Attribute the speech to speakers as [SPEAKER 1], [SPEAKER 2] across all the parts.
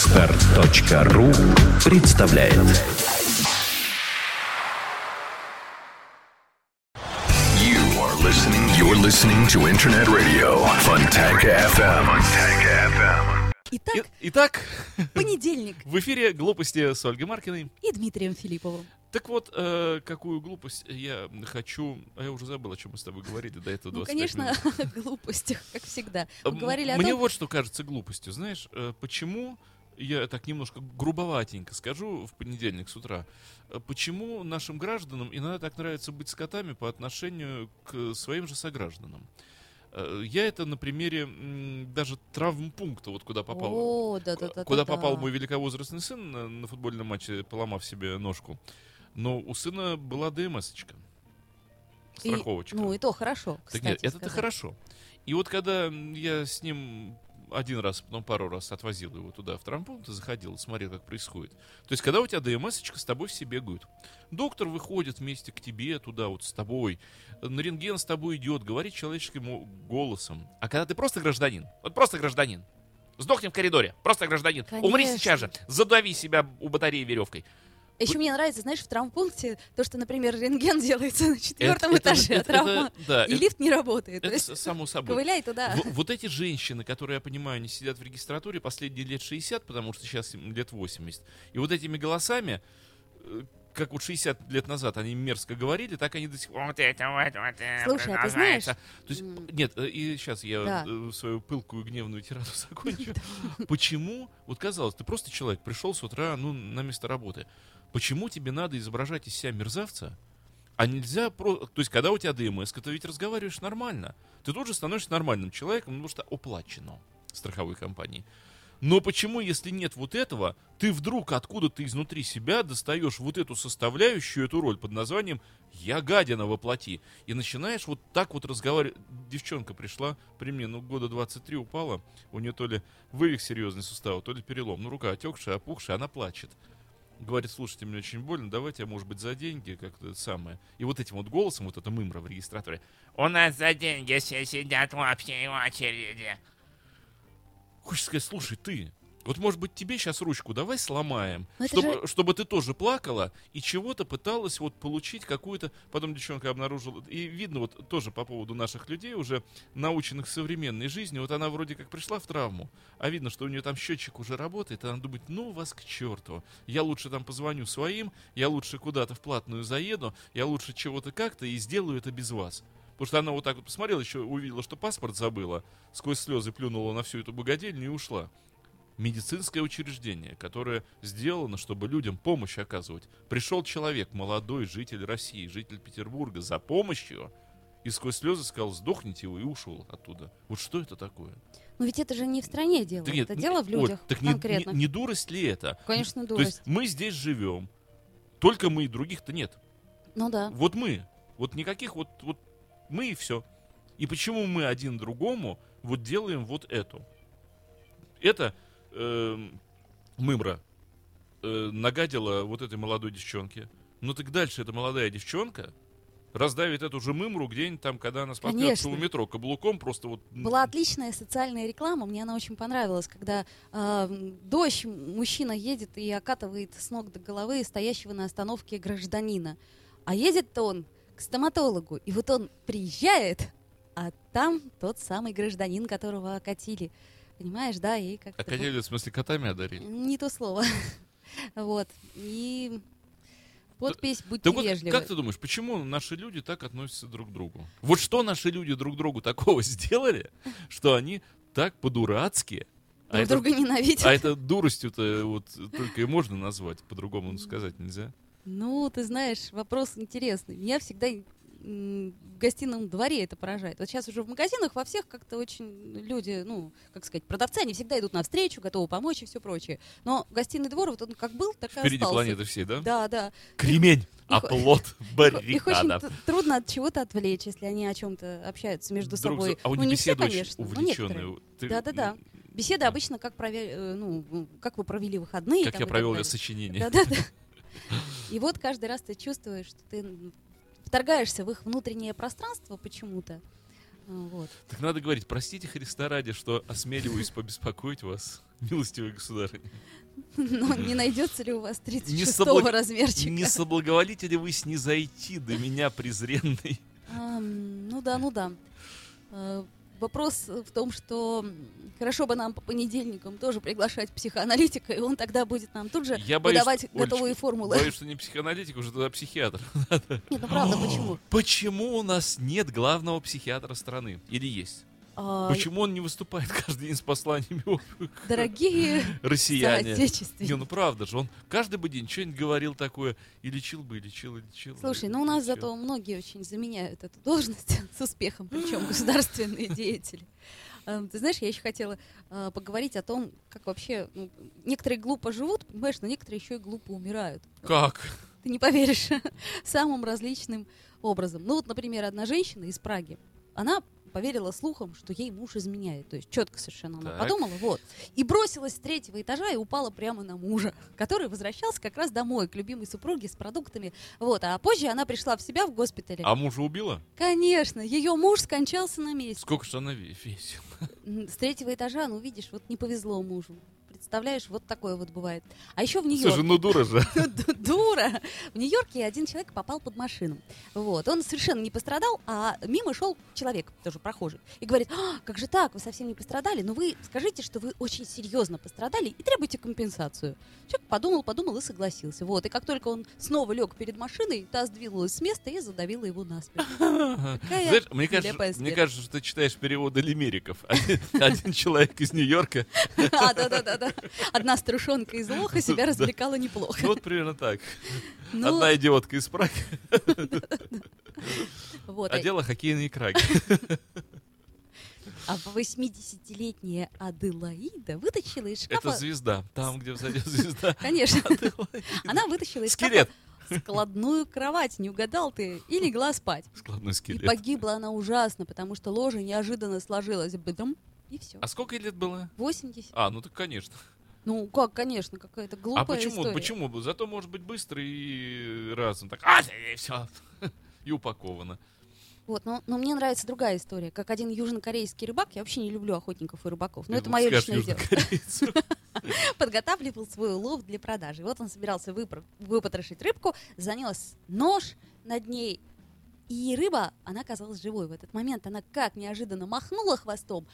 [SPEAKER 1] Отстар.ру представляет
[SPEAKER 2] You are listening, you're listening to Internet Radio Funtech FM. FM.
[SPEAKER 3] Итак,
[SPEAKER 4] И- Итак,
[SPEAKER 3] понедельник
[SPEAKER 4] в эфире глупости с Ольгой Маркиной.
[SPEAKER 3] и Дмитрием Филипповым.
[SPEAKER 4] Так вот, э, какую глупость я хочу... а Я уже забыл, о чем мы с тобой говорили до этого
[SPEAKER 3] Ну,
[SPEAKER 4] 25
[SPEAKER 3] конечно,
[SPEAKER 4] минут.
[SPEAKER 3] о глупостях, как всегда. Мы
[SPEAKER 4] М,
[SPEAKER 3] говорили о
[SPEAKER 4] Мне
[SPEAKER 3] том,
[SPEAKER 4] вот что кажется глупостью. Знаешь, э, почему, я так немножко грубоватенько скажу в понедельник с утра, э, почему нашим гражданам иногда так нравится быть скотами по отношению к своим же согражданам? Э, Я это на примере м, даже травмпункта, вот куда попал.
[SPEAKER 3] О, да, да, да, да,
[SPEAKER 4] куда попал
[SPEAKER 3] да.
[SPEAKER 4] мой великовозрастный сын э, на, на футбольном матче, поломав себе ножку. Но у сына была ДМС-очка.
[SPEAKER 3] И-
[SPEAKER 4] Страховочка.
[SPEAKER 3] ну, и то хорошо,
[SPEAKER 4] Так
[SPEAKER 3] кстати
[SPEAKER 4] нет, это-то
[SPEAKER 3] сказать.
[SPEAKER 4] хорошо. И вот когда м, я с ним один раз, потом пару раз отвозил его туда, в травмпункт, и заходил, смотрел, как происходит. То есть, когда у тебя ДМС-очка, с тобой все бегают. Доктор выходит вместе к тебе туда, вот с тобой. На рентген с тобой идет, говорит человеческим о- голосом. А когда ты просто гражданин, вот просто гражданин, сдохни в коридоре, просто гражданин, умри
[SPEAKER 3] Конечно.
[SPEAKER 4] сейчас же, задави себя у батареи веревкой.
[SPEAKER 3] Еще мне нравится, знаешь, в травмпункте то, что, например, рентген делается на четвертом
[SPEAKER 4] Это- это-
[SPEAKER 3] этаже, а
[SPEAKER 4] это-
[SPEAKER 3] травма...
[SPEAKER 4] это- да,
[SPEAKER 3] и
[SPEAKER 4] это-
[SPEAKER 3] лифт не работает.
[SPEAKER 4] Это
[SPEAKER 3] то есть
[SPEAKER 4] с- само собой.
[SPEAKER 3] ковыляй туда.
[SPEAKER 4] Во- вот эти женщины, которые, я понимаю, они сидят в регистратуре последние лет 60, потому что сейчас им лет 80. И вот этими голосами, э, как вот 60 лет назад они мерзко говорили, так они до сих пор... Вот это, вот, вот это,
[SPEAKER 3] Слушай, а ты
[SPEAKER 4] знаешь,
[SPEAKER 3] знаешь,
[SPEAKER 4] а». То есть,
[SPEAKER 3] м,
[SPEAKER 4] нет, э, и сейчас я
[SPEAKER 3] Да.
[SPEAKER 4] э, свою пылкую гневную тираду закончу. Почему, вот казалось, ты просто человек, пришел с утра, ну, на место работы. Почему тебе надо изображать из себя мерзавца, а нельзя просто... То есть, когда у тебя ДМС, ты ведь разговариваешь нормально. Ты тут же становишься нормальным человеком, потому что оплачено страховой компанией. Но почему, если нет вот этого, ты вдруг откуда-то изнутри себя достаешь вот эту составляющую, эту роль под названием «Я гадина воплоти» и начинаешь вот так вот разговаривать. Девчонка пришла при мне, ну, года 23 упала, у нее то ли вывих серьезный сустав, то ли перелом, ну, рука отекшая, опухшая, она плачет. Говорит, слушайте, мне очень больно, давайте я, может быть, за деньги, как-то это самое. И вот этим вот голосом, вот это мымра в регистраторе.
[SPEAKER 5] У нас за деньги все сидят в общей очереди.
[SPEAKER 4] Хочешь сказать, слушай, ты, вот, может быть, тебе сейчас ручку давай сломаем,
[SPEAKER 3] Но это
[SPEAKER 4] чтобы, чтобы ты тоже плакала и чего-то пыталась вот получить какую-то... Потом девчонка обнаружила... И видно вот тоже по поводу наших людей, уже наученных современной жизни, вот она вроде как пришла в травму, а видно, что у нее там счетчик уже работает, и она думает, ну вас к черту, я лучше там позвоню своим, я лучше куда-то в платную заеду, я лучше чего-то как-то и сделаю это без вас. Потому что она вот так вот посмотрела, еще увидела, что паспорт забыла, сквозь слезы плюнула на всю эту богадельню и ушла. Медицинское учреждение, которое сделано, чтобы людям помощь оказывать. Пришел человек, молодой житель России, житель Петербурга, за помощью, и сквозь слезы сказал, сдохните его, и ушел оттуда. Вот что это такое?
[SPEAKER 3] Но ведь это же не в стране дело,
[SPEAKER 4] Так нет,
[SPEAKER 3] это
[SPEAKER 4] ну,
[SPEAKER 3] дело в
[SPEAKER 4] Оль,
[SPEAKER 3] людях
[SPEAKER 4] так не- не-
[SPEAKER 3] конкретно.
[SPEAKER 4] Не, дурость ли это?
[SPEAKER 3] Конечно,
[SPEAKER 4] То
[SPEAKER 3] дурость.
[SPEAKER 4] есть мы здесь живем, только мы, других-то нет.
[SPEAKER 3] Ну да.
[SPEAKER 4] Вот мы. Вот никаких вот, вот мы и все. И почему мы один другому вот делаем вот эту? Это эм, мымра э, нагадила вот этой молодой девчонке. Ну так дальше эта молодая девчонка раздавит эту же мымру где-нибудь там, когда она споткнется
[SPEAKER 3] Конечно.
[SPEAKER 4] у метро каблуком, просто вот... м,
[SPEAKER 3] Была отличная социальная реклама, мне она очень понравилась, когда э, дождь, м- мужчина едет и окатывает с ног до головы стоящего на остановке гражданина. А едет-то он к стоматологу, и вот он приезжает, а там тот самый гражданин, которого окатили. Понимаешь, да, и как-то...
[SPEAKER 4] Окатили, А в смысле, котами одарили.
[SPEAKER 3] Не то слово. Вот. И подпись «Будьте
[SPEAKER 4] Так вот,
[SPEAKER 3] вежливы».
[SPEAKER 4] как ты думаешь, почему наши люди так относятся друг к другу? Вот что наши люди друг другу такого сделали, что они так по-дурацки... А
[SPEAKER 3] Друг
[SPEAKER 4] это,
[SPEAKER 3] друга ненавидят.
[SPEAKER 4] а это дуростью-то вот только и можно назвать, по-другому сказать нельзя.
[SPEAKER 3] Ну, ты знаешь, вопрос интересный. Меня всегда м, в гостином дворе это поражает. Вот сейчас уже в магазинах во всех как-то очень люди, ну, как сказать, продавцы, они всегда идут навстречу, готовы помочь и все прочее. Но гостиный двор, вот он как был, так и
[SPEAKER 4] Впереди
[SPEAKER 3] остался.
[SPEAKER 4] планеты всей, да?
[SPEAKER 3] Да, да.
[SPEAKER 4] Кремень, оплот,
[SPEAKER 3] Их очень
[SPEAKER 4] баррикада.
[SPEAKER 3] т- трудно от чего-то отвлечь, если они о чем-то общаются между
[SPEAKER 4] Друг
[SPEAKER 3] собой.
[SPEAKER 4] за- А у
[SPEAKER 3] ну,
[SPEAKER 4] них
[SPEAKER 3] не все,
[SPEAKER 4] беседы очень
[SPEAKER 3] конечно, но некоторые.
[SPEAKER 4] увлеченные. Ты-
[SPEAKER 3] Да-да-да. Беседы обычно как, провя- э, ну, м, как вы провели выходные.
[SPEAKER 4] Как
[SPEAKER 3] там
[SPEAKER 4] я
[SPEAKER 3] и так
[SPEAKER 4] провел
[SPEAKER 3] далее.
[SPEAKER 4] это
[SPEAKER 3] Да,
[SPEAKER 4] сочинение.
[SPEAKER 3] да, да. И вот каждый раз ты чувствуешь, что ты вторгаешься в их внутреннее пространство почему-то. А, Ну, Вот.
[SPEAKER 4] Так надо говорить, простите Христа ради, что осмеливаюсь побеспокоить вас, милостивый государь.
[SPEAKER 3] Но не найдется ли у вас 36-го
[SPEAKER 4] соблаго-
[SPEAKER 3] размерчика?
[SPEAKER 4] Не соблаговолите ли вы снизойти до меня, презренный?
[SPEAKER 3] Ам, Ну да, ну да. Э, Вопрос в том, что м, хорошо бы нам по понедельникам тоже приглашать психоаналитика, и он тогда будет нам тут же
[SPEAKER 4] Я боюсь,
[SPEAKER 3] выдавать
[SPEAKER 4] Олечка,
[SPEAKER 3] готовые формулы.
[SPEAKER 4] Боюсь, что не психоаналитик, уже тогда психиатр.
[SPEAKER 3] Нет, ну правда, почему?
[SPEAKER 4] Почему у нас нет главного психиатра страны? Или есть?
[SPEAKER 3] А,
[SPEAKER 4] Почему он не выступает каждый день с посланиями
[SPEAKER 3] Дорогие
[SPEAKER 4] россияне? Не,
[SPEAKER 3] соотечественники.
[SPEAKER 4] ну правда же, он каждый бы день что-нибудь говорил такое, и лечил бы, и лечил, и лечил.
[SPEAKER 3] Слушай,
[SPEAKER 4] и
[SPEAKER 3] ну у нас
[SPEAKER 4] лечил.
[SPEAKER 3] зато многие очень заменяют эту должность с успехом, причем государственные деятели. Эм, Ты знаешь, я еще хотела э, поговорить о том, как вообще ну, некоторые глупо живут, понимаешь, но некоторые еще и глупо умирают.
[SPEAKER 4] Как?
[SPEAKER 3] Ты не поверишь, самым различным образом. Ну вот, например, одна женщина из Праги, она поверила слухам, что ей муж изменяет. То есть четко совершенно она
[SPEAKER 4] Так.
[SPEAKER 3] подумала, вот. И бросилась с третьего этажа и упала прямо на мужа, который возвращался как раз домой к любимой супруге с продуктами. Вот, а позже она пришла в себя в госпитале.
[SPEAKER 4] А мужа убила?
[SPEAKER 3] Конечно, ее муж скончался на месте.
[SPEAKER 4] Сколько же она ве- весила?
[SPEAKER 3] М, С третьего этажа, ну видишь, вот не повезло мужу. Представляешь, вот такое вот бывает. А еще в нее...
[SPEAKER 4] Слушай, ну дура же.
[SPEAKER 3] Ду- дура. В Нью-Йорке один человек попал под машину. Вот. Он совершенно не пострадал, а мимо шел человек, тоже прохожий, и говорит, «А, как же так, вы совсем не пострадали, но вы скажите, что вы очень серьезно пострадали и требуйте компенсацию. Человек подумал, подумал и согласился. Вот. И как только он снова лег перед машиной, та сдвинулась с места и задавила его насмерть. Какая
[SPEAKER 4] Знаешь, мне кажется,
[SPEAKER 3] нелепая
[SPEAKER 4] мне
[SPEAKER 3] смерть.
[SPEAKER 4] кажется, что ты читаешь переводы лимериков. Один, один человек из Нью-Йорка.
[SPEAKER 3] А, да-да-да. Одна старушонка из лоха себя
[SPEAKER 4] Да.
[SPEAKER 3] развлекала неплохо.
[SPEAKER 4] Ну, вот примерно так.
[SPEAKER 3] Ну,
[SPEAKER 4] Одна идиотка из Праги
[SPEAKER 3] вот. А-
[SPEAKER 4] одела хоккейные краги.
[SPEAKER 3] А 80-летняя Аделаида вытащила из
[SPEAKER 4] Это
[SPEAKER 3] шкафа...
[SPEAKER 4] звезда. Там, где взади звезда.
[SPEAKER 3] Конечно. Она вытащила из шкафа
[SPEAKER 4] Скелет.
[SPEAKER 3] складную кровать, не угадал ты, и легла спать.
[SPEAKER 4] Складной
[SPEAKER 3] И
[SPEAKER 4] скелет.
[SPEAKER 3] погибла она ужасно, потому что ложа неожиданно сложилась. Бдым, и все.
[SPEAKER 4] А сколько ей лет было?
[SPEAKER 3] 80.
[SPEAKER 4] А, ну так конечно.
[SPEAKER 3] Ну, как, конечно, какая-то глупая
[SPEAKER 4] А почему?
[SPEAKER 3] история.
[SPEAKER 4] Почему? бы? Зато может быть быстро и разом так. А, и все. И упаковано.
[SPEAKER 3] Вот, но, но мне нравится другая история. Как один южнокорейский рыбак, я вообще не люблю охотников и рыбаков, но Ну,
[SPEAKER 4] Я
[SPEAKER 3] это
[SPEAKER 4] думал,
[SPEAKER 3] мое
[SPEAKER 4] скажешь,
[SPEAKER 3] личное дело.
[SPEAKER 4] южнокорейцу.
[SPEAKER 3] подготавливал свой улов для продажи. Вот он собирался выпро- выпотрошить рыбку, занес нож над ней, и рыба, она оказалась живой в этот момент. Она как неожиданно махнула хвостом,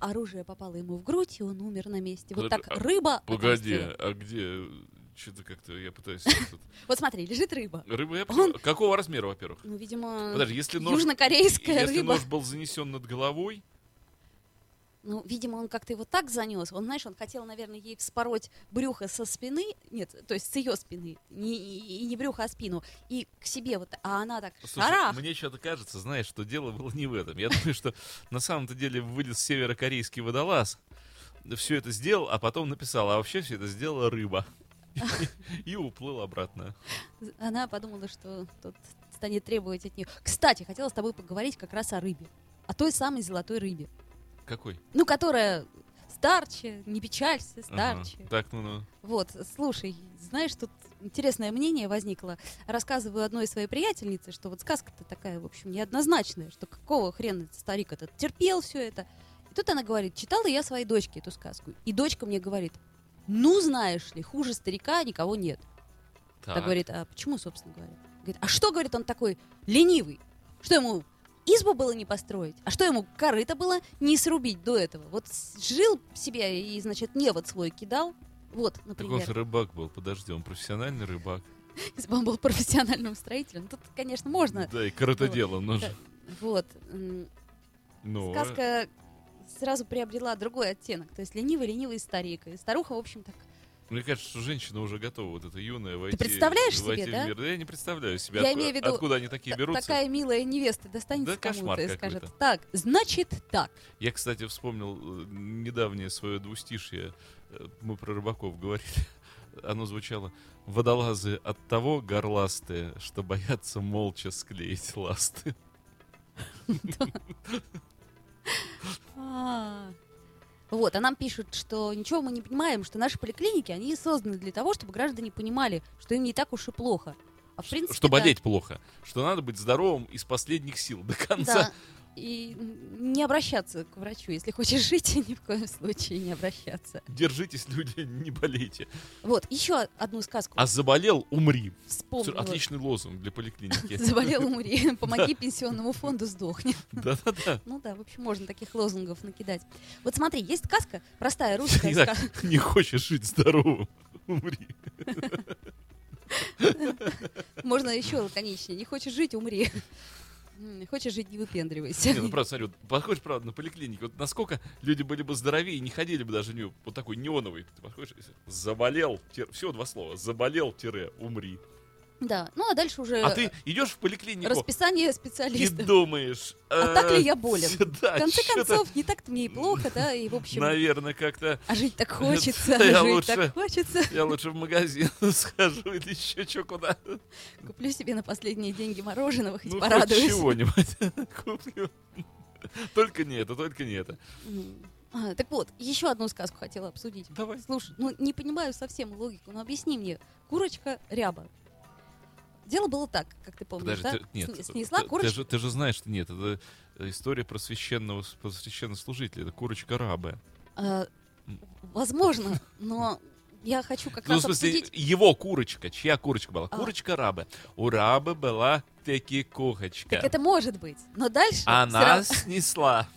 [SPEAKER 3] оружие попало ему в грудь, и он умер на месте. Вот так
[SPEAKER 4] Подожди, а
[SPEAKER 3] рыба...
[SPEAKER 4] Погоди,
[SPEAKER 3] отомстила.
[SPEAKER 4] а где? Что-то как-то я пытаюсь... тут-
[SPEAKER 3] Вот смотри, лежит рыба.
[SPEAKER 4] Рыба я...
[SPEAKER 3] Он-
[SPEAKER 4] Какого размера, во-первых?
[SPEAKER 3] Ну, видимо,
[SPEAKER 4] Подожди, если нож...
[SPEAKER 3] южнокорейская
[SPEAKER 4] Если
[SPEAKER 3] рыба.
[SPEAKER 4] нож был занесен над головой,
[SPEAKER 3] Ну, видимо, он как-то его так занес. Он, знаешь, он хотел, наверное, ей вспороть брюхо со спины. Нет, то есть с ее спины. Не, и не брюхо, а спину. И к себе вот... А она так
[SPEAKER 4] Слушай,
[SPEAKER 3] шарах.
[SPEAKER 4] мне что-то кажется, знаешь, что дело было не в этом. Я думаю, что на самом-то деле вылез северокорейский водолаз, все это сделал, а потом написал, а вообще все это сделала рыба. И уплыл обратно.
[SPEAKER 3] Она подумала, что тот станет требовать от нее. Кстати, хотела с тобой поговорить как раз о рыбе. О той самой золотой рыбе.
[SPEAKER 4] Какой?
[SPEAKER 3] Ну, которая старче, не печалься,
[SPEAKER 4] Ага.
[SPEAKER 3] старче.
[SPEAKER 4] Так, ну, ну.
[SPEAKER 3] Вот, слушай, знаешь, тут интересное мнение возникло. Рассказываю одной своей приятельнице, что вот сказка-то такая, в общем, неоднозначная, что какого хрена этот старик этот терпел все это. И тут она говорит, читала я своей дочке эту сказку. И дочка мне говорит, ну, знаешь ли, хуже старика никого нет. Та
[SPEAKER 4] Так.
[SPEAKER 3] говорит, а почему, собственно говоря? Говорит, а что, говорит, он такой ленивый? Что ему избу было не построить? А что ему корыто было не срубить до этого? Вот с- жил себе и, значит, невод свой кидал. Вот,
[SPEAKER 4] Так он же
[SPEAKER 3] например,
[SPEAKER 4] рыбак был, подожди, он профессиональный рыбак.
[SPEAKER 3] если бы он был профессиональным строителем, тут, конечно, можно.
[SPEAKER 4] Да, и коротоделом, но
[SPEAKER 3] Да.
[SPEAKER 4] же.
[SPEAKER 3] Вот. м,
[SPEAKER 4] Ну, э,
[SPEAKER 3] Сказка сразу приобрела другой оттенок. То есть ленивый, ленивый старик. И старуха, в общем, так.
[SPEAKER 4] Мне кажется, что женщина уже готова, вот эта юная, войти,
[SPEAKER 3] представляешь себе,
[SPEAKER 4] войти в
[SPEAKER 3] да?
[SPEAKER 4] мир. Да я не представляю себе,
[SPEAKER 3] Я
[SPEAKER 4] отку-
[SPEAKER 3] имею в виду,
[SPEAKER 4] откуда они такие
[SPEAKER 3] та-
[SPEAKER 4] берутся.
[SPEAKER 3] такая милая невеста достанется
[SPEAKER 4] Да кошмар
[SPEAKER 3] кому-то и
[SPEAKER 4] какой-то.
[SPEAKER 3] скажет. Так, значит так.
[SPEAKER 4] Я, кстати, вспомнил э, недавнее свое двустишье. э, Мы про рыбаков говорили. Оно звучало «Водолазы от того горластые, что боятся молча склеить ласты».
[SPEAKER 3] А. Вот, а нам пишут, что ничего мы не понимаем, что наши поликлиники, они созданы для того, чтобы граждане понимали, что им не так уж и плохо. А в принципе,
[SPEAKER 4] Что
[SPEAKER 3] да.
[SPEAKER 4] болеть плохо. Что надо быть здоровым из последних сил до конца.
[SPEAKER 3] Да. и не обращаться к врачу. Если хочешь жить, ни в коем случае не обращаться.
[SPEAKER 4] Держитесь, люди, не болейте.
[SPEAKER 3] Вот, еще одну сказку
[SPEAKER 4] А заболел, умри.
[SPEAKER 3] вспомнила.
[SPEAKER 4] Отличный лозунг для поликлиники.
[SPEAKER 3] Заболел, умри. Помоги пенсионному фонду, сдохни.
[SPEAKER 4] Да-да-да.
[SPEAKER 3] Ну да, вообще можно таких лозунгов накидать. Вот смотри, есть сказка, простая русская
[SPEAKER 4] Не,
[SPEAKER 3] сказка.
[SPEAKER 4] так, не хочешь жить здоровым, умри.
[SPEAKER 3] Можно еще лаконичнее. Не хочешь жить, умри. М, Хочешь жить, не выпендривайся.
[SPEAKER 4] Не, ну правда, смотри, вот подходишь, правда, на поликлинику, вот насколько люди были бы здоровее и не ходили бы даже в нее вот такой неоновый. Ты подходишь, и заболел, все два слова, заболел, тире, умри.
[SPEAKER 3] Да, ну а дальше уже
[SPEAKER 4] А ты идешь в поликлинику
[SPEAKER 3] расписание
[SPEAKER 4] и
[SPEAKER 3] специалиста.
[SPEAKER 4] думаешь... э,
[SPEAKER 3] А так ли я болен?
[SPEAKER 4] Да,
[SPEAKER 3] В конце
[SPEAKER 4] чё-то,
[SPEAKER 3] концов, не так-то мне и плохо, да, и в общем...
[SPEAKER 4] Наверное, как-то
[SPEAKER 3] А жить так хочется,
[SPEAKER 4] Это я
[SPEAKER 3] а жить
[SPEAKER 4] лучше.
[SPEAKER 3] так хочется.
[SPEAKER 4] я лучше в магазин схожу или еще что куда.
[SPEAKER 3] Куплю себе на последние деньги мороженого, хоть
[SPEAKER 4] Ну, хоть
[SPEAKER 3] порадуюсь.
[SPEAKER 4] чего-нибудь куплю. Только не это, только не это.
[SPEAKER 3] М. А, так вот, еще одну сказку хотела обсудить.
[SPEAKER 4] Давай.
[SPEAKER 3] Слушай, ну не понимаю совсем логику, но объясни мне. Курочка ряба. Дело было так, как ты помнишь,
[SPEAKER 4] Подожди,
[SPEAKER 3] да?
[SPEAKER 4] ты- нет, э,
[SPEAKER 3] Сне- Снесла
[SPEAKER 4] ты- ты,
[SPEAKER 3] курочку.
[SPEAKER 4] же, ты же знаешь, что нет, это э, история про священного, про священнослужителя, это курочка раба.
[SPEAKER 3] А, возможно, но я хочу как
[SPEAKER 4] Ну, в
[SPEAKER 3] раз
[SPEAKER 4] смысле,
[SPEAKER 3] обсудить.
[SPEAKER 4] его курочка, чья курочка была?
[SPEAKER 3] А.
[SPEAKER 4] Курочка раба. У раба была таки кухочка.
[SPEAKER 3] Так это может быть. Но дальше, всё
[SPEAKER 4] Она
[SPEAKER 3] рав-
[SPEAKER 4] снесла.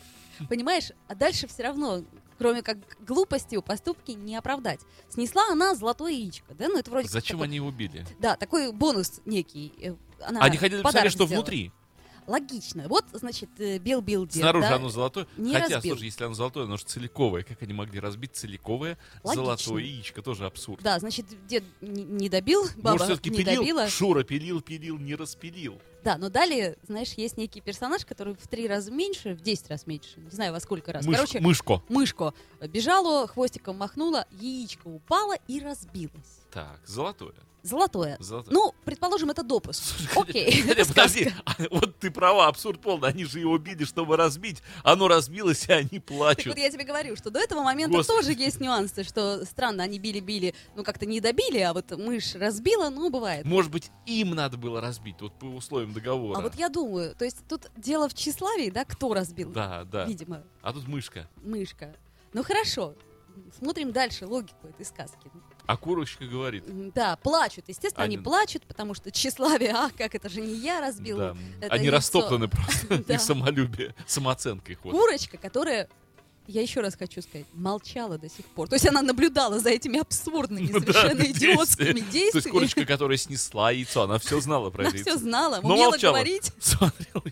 [SPEAKER 3] понимаешь, а дальше все равно, кроме как глупостью, поступки не оправдать. Снесла она золотое яичко, да? Ну это вроде как
[SPEAKER 4] Зачем
[SPEAKER 3] такой-
[SPEAKER 4] они его били?
[SPEAKER 3] Да, такой бонус некий. э, Она
[SPEAKER 4] они хотели посмотреть,
[SPEAKER 3] подарок
[SPEAKER 4] что
[SPEAKER 3] сделала.
[SPEAKER 4] внутри.
[SPEAKER 3] Логично. Вот, значит, э, бил-бил дед,
[SPEAKER 4] Снаружи
[SPEAKER 3] да?
[SPEAKER 4] оно золотое.
[SPEAKER 3] Не
[SPEAKER 4] Хотя,
[SPEAKER 3] разбил.
[SPEAKER 4] слушай, если оно золотое, оно же целиковое. Как они могли разбить целиковое
[SPEAKER 3] Логично.
[SPEAKER 4] золотое яичко? Тоже абсурд.
[SPEAKER 3] Да, значит, дед не, не добил, баба
[SPEAKER 4] Может, все-таки
[SPEAKER 3] не
[SPEAKER 4] пилил?
[SPEAKER 3] добила.
[SPEAKER 4] Шура пилил, пилил, не распилил.
[SPEAKER 3] Да, но далее, знаешь, есть некий персонаж, который в три раза меньше, в 10 раз меньше, не знаю во сколько раз.
[SPEAKER 4] Мыш-
[SPEAKER 3] Короче,
[SPEAKER 4] Мышко.
[SPEAKER 3] мышку бежала, хвостиком махнула, яичко упало и разбилось.
[SPEAKER 4] Так, золотое.
[SPEAKER 3] Золотое.
[SPEAKER 4] Золотое.
[SPEAKER 3] Ну, предположим, это допуск. Окей.
[SPEAKER 4] Хотя,
[SPEAKER 3] это
[SPEAKER 4] подожди,
[SPEAKER 3] сказка.
[SPEAKER 4] а, вот ты права, абсурд полный. Они же его били, чтобы разбить. Оно разбилось, и они
[SPEAKER 3] Так
[SPEAKER 4] плачут.
[SPEAKER 3] вот я тебе говорю, что до этого момента
[SPEAKER 4] Господи.
[SPEAKER 3] тоже есть нюансы, что странно, они били-били, ну как-то не добили, а вот мышь разбила, ну бывает.
[SPEAKER 4] Может быть, им надо было разбить, вот по условиям договора.
[SPEAKER 3] А вот я думаю, то есть тут дело в тщеславии, да, кто разбил?
[SPEAKER 4] Да, да.
[SPEAKER 3] Видимо,
[SPEAKER 4] А тут мышка.
[SPEAKER 3] мышка. Ну хорошо, смотрим дальше логику этой сказки.
[SPEAKER 4] А курочка говорит.
[SPEAKER 3] М, Да, плачут, естественно, они
[SPEAKER 4] Они-
[SPEAKER 3] плачут, потому что тщеславие, а, как это же не я разбил.
[SPEAKER 4] Да,
[SPEAKER 3] это
[SPEAKER 4] они
[SPEAKER 3] яйцо.
[SPEAKER 4] растоптаны просто.
[SPEAKER 3] Да.
[SPEAKER 4] Их самолюбие, самооценка их. вот.
[SPEAKER 3] Курочка, которая, я еще раз хочу сказать, молчала до сих пор. То есть она наблюдала за этими абсурдными,
[SPEAKER 4] Ну да,
[SPEAKER 3] совершенно
[SPEAKER 4] действия.
[SPEAKER 3] идиотскими
[SPEAKER 4] То есть
[SPEAKER 3] действиями.
[SPEAKER 4] курочка, которая снесла яйцо, она все знала про
[SPEAKER 3] Она
[SPEAKER 4] это
[SPEAKER 3] все
[SPEAKER 4] яйцо.
[SPEAKER 3] знала,
[SPEAKER 4] Но
[SPEAKER 3] умела
[SPEAKER 4] молчала.
[SPEAKER 3] говорить,
[SPEAKER 4] Смотрела.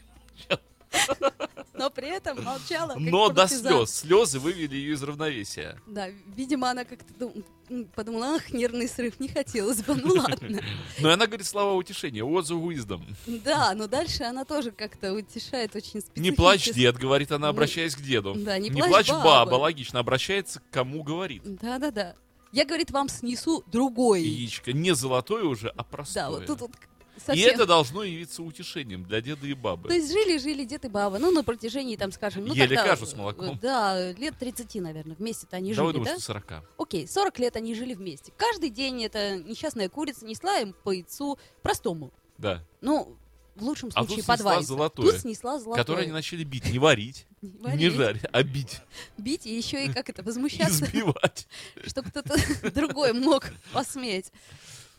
[SPEAKER 3] но при этом молчала. как
[SPEAKER 4] Но до
[SPEAKER 3] партизан.
[SPEAKER 4] слез. Слезы вывели ее из равновесия.
[SPEAKER 3] Да, видимо, она как-то дум- м, подумала, ах, нервный срыв, не хотелось бы, ну ладно.
[SPEAKER 4] Но и она говорит слова утешения. What the wisdom.
[SPEAKER 3] Да, но дальше она тоже как-то утешает очень специфически.
[SPEAKER 4] Не плачь, дед, говорит она,
[SPEAKER 3] Ну,
[SPEAKER 4] обращаясь к деду.
[SPEAKER 3] да, не
[SPEAKER 4] не
[SPEAKER 3] плачь,
[SPEAKER 4] плачь, баба.
[SPEAKER 3] баба.
[SPEAKER 4] Логично, обращается к кому говорит.
[SPEAKER 3] Да-да-да. Я, говорит, вам снесу другой.
[SPEAKER 4] Яичко не золотое уже, а простое.
[SPEAKER 3] Да, вот тут вот
[SPEAKER 4] И
[SPEAKER 3] совсем...
[SPEAKER 4] это должно явиться утешением для деда и бабы.
[SPEAKER 3] То есть жили-жили дед и баба, ну, на протяжении, там, скажем... Ну,
[SPEAKER 4] Ели
[SPEAKER 3] тогда,
[SPEAKER 4] кашу с молоком.
[SPEAKER 3] э, Да, лет 30, наверное, вместе-то они
[SPEAKER 4] Давай
[SPEAKER 3] жили,
[SPEAKER 4] думаю,
[SPEAKER 3] да?
[SPEAKER 4] что 40.
[SPEAKER 3] Окей, 40 лет они жили вместе. Каждый день эта несчастная курица несла им по яйцу простому.
[SPEAKER 4] Да.
[SPEAKER 3] Ну, в лучшем
[SPEAKER 4] А тут
[SPEAKER 3] случае
[SPEAKER 4] снесла
[SPEAKER 3] по два яйца.
[SPEAKER 4] золотое,
[SPEAKER 3] Тут снесла золотое.
[SPEAKER 4] Которые они начали бить. Не варить,
[SPEAKER 3] Не
[SPEAKER 4] не
[SPEAKER 3] варить,
[SPEAKER 4] жарить, а бить.
[SPEAKER 3] Бить и еще и как это, возмущаться.
[SPEAKER 4] Избивать.
[SPEAKER 3] что кто-то другой мог посметь.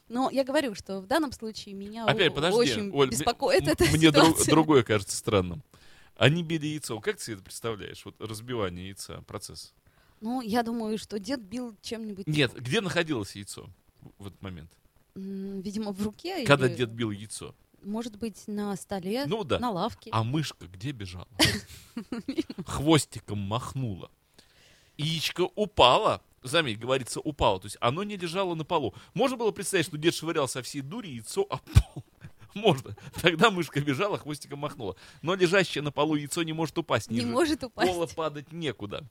[SPEAKER 3] Но я говорю, что в данном случае меня
[SPEAKER 4] Опять,
[SPEAKER 3] о-
[SPEAKER 4] подожди,
[SPEAKER 3] А, очень
[SPEAKER 4] Оль, мне-
[SPEAKER 3] беспокоит эта
[SPEAKER 4] Мне дру-
[SPEAKER 3] ситуация.
[SPEAKER 4] другое кажется странным. Они били яйцо. Как ты себе это представляешь? Вот разбивание яйца, процесс.
[SPEAKER 3] Ну, я думаю, что дед бил чем-нибудь,
[SPEAKER 4] Нет, где находилось яйцо в этот момент?
[SPEAKER 3] м, видимо, в руке.
[SPEAKER 4] Когда
[SPEAKER 3] или,
[SPEAKER 4] дед бил яйцо?
[SPEAKER 3] Может быть, на столе,
[SPEAKER 4] Ну да.
[SPEAKER 3] на лавке.
[SPEAKER 4] А мышка где бежала? Хвостиком махнула. Яичко упало. Заметь, говорится, упало. То есть оно не лежало на полу. Можно было представить, что дед швырял со всей дури яйцо об пол. Можно. Тогда мышка бежала, хвостиком махнула. Но лежащее на полу яйцо не может упасть.
[SPEAKER 3] не
[SPEAKER 4] ниже
[SPEAKER 3] может упасть.
[SPEAKER 4] Пола падать некуда.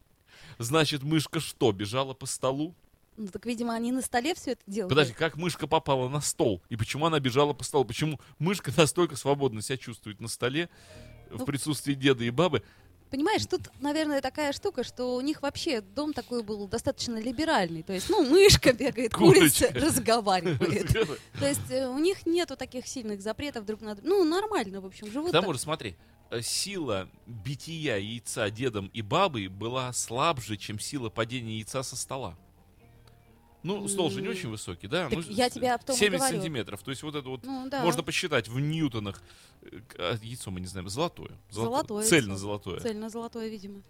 [SPEAKER 4] Значит, мышка что, бежала по столу?
[SPEAKER 3] Ну, так, видимо, они на столе все это делали.
[SPEAKER 4] Подожди, как мышка попала на стол? И почему она бежала по столу? Почему мышка настолько свободно себя чувствует на столе в
[SPEAKER 3] Ну,
[SPEAKER 4] присутствии деда и бабы?
[SPEAKER 3] Понимаешь, тут, наверное, такая штука, что у них вообще дом такой был достаточно либеральный. То есть, ну, мышка бегает, курица
[SPEAKER 4] Курочка.
[SPEAKER 3] разговаривает.
[SPEAKER 4] Разговаривает.
[SPEAKER 3] То есть э, у них нету таких сильных запретов друг на друга. Ну, нормально, в общем,
[SPEAKER 4] К
[SPEAKER 3] живут так.
[SPEAKER 4] тому же, смотри, э, э, сила бития яйца дедом и бабой была слабже, чем сила падения яйца со стола. Ну, стол же не
[SPEAKER 3] М.
[SPEAKER 4] очень высокий, да?
[SPEAKER 3] Так
[SPEAKER 4] ну,
[SPEAKER 3] я тебе об том и
[SPEAKER 4] 70
[SPEAKER 3] говорю.
[SPEAKER 4] сантиметров. То есть вот это вот
[SPEAKER 3] Ну, да.
[SPEAKER 4] можно посчитать в ньютонах. Э, к- а, Яйцо мы не знаем. Золотое.
[SPEAKER 3] Золотое
[SPEAKER 4] Цельно
[SPEAKER 3] яйцо.
[SPEAKER 4] золотое.
[SPEAKER 3] Цельно золотое, видимо.